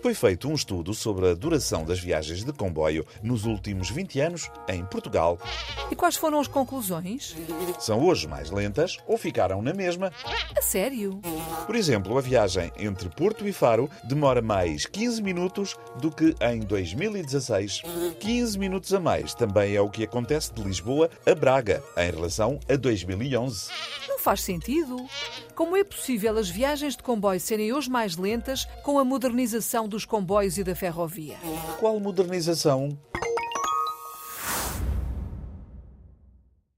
Foi feito um estudo sobre a duração das viagens de comboio nos últimos 20 anos em Portugal. E quais foram as conclusões? São hoje mais lentas ou ficaram na mesma. A sério? Por exemplo, a viagem entre Porto e Faro demora mais 15 minutos do que em 2016. 15 minutos a mais também é o que acontece de Lisboa a Braga em relação a 2011. Não faz sentido. Como é possível as viagens de comboio serem hoje mais lentas com a modernização dos comboios e da ferrovia? Qual modernização?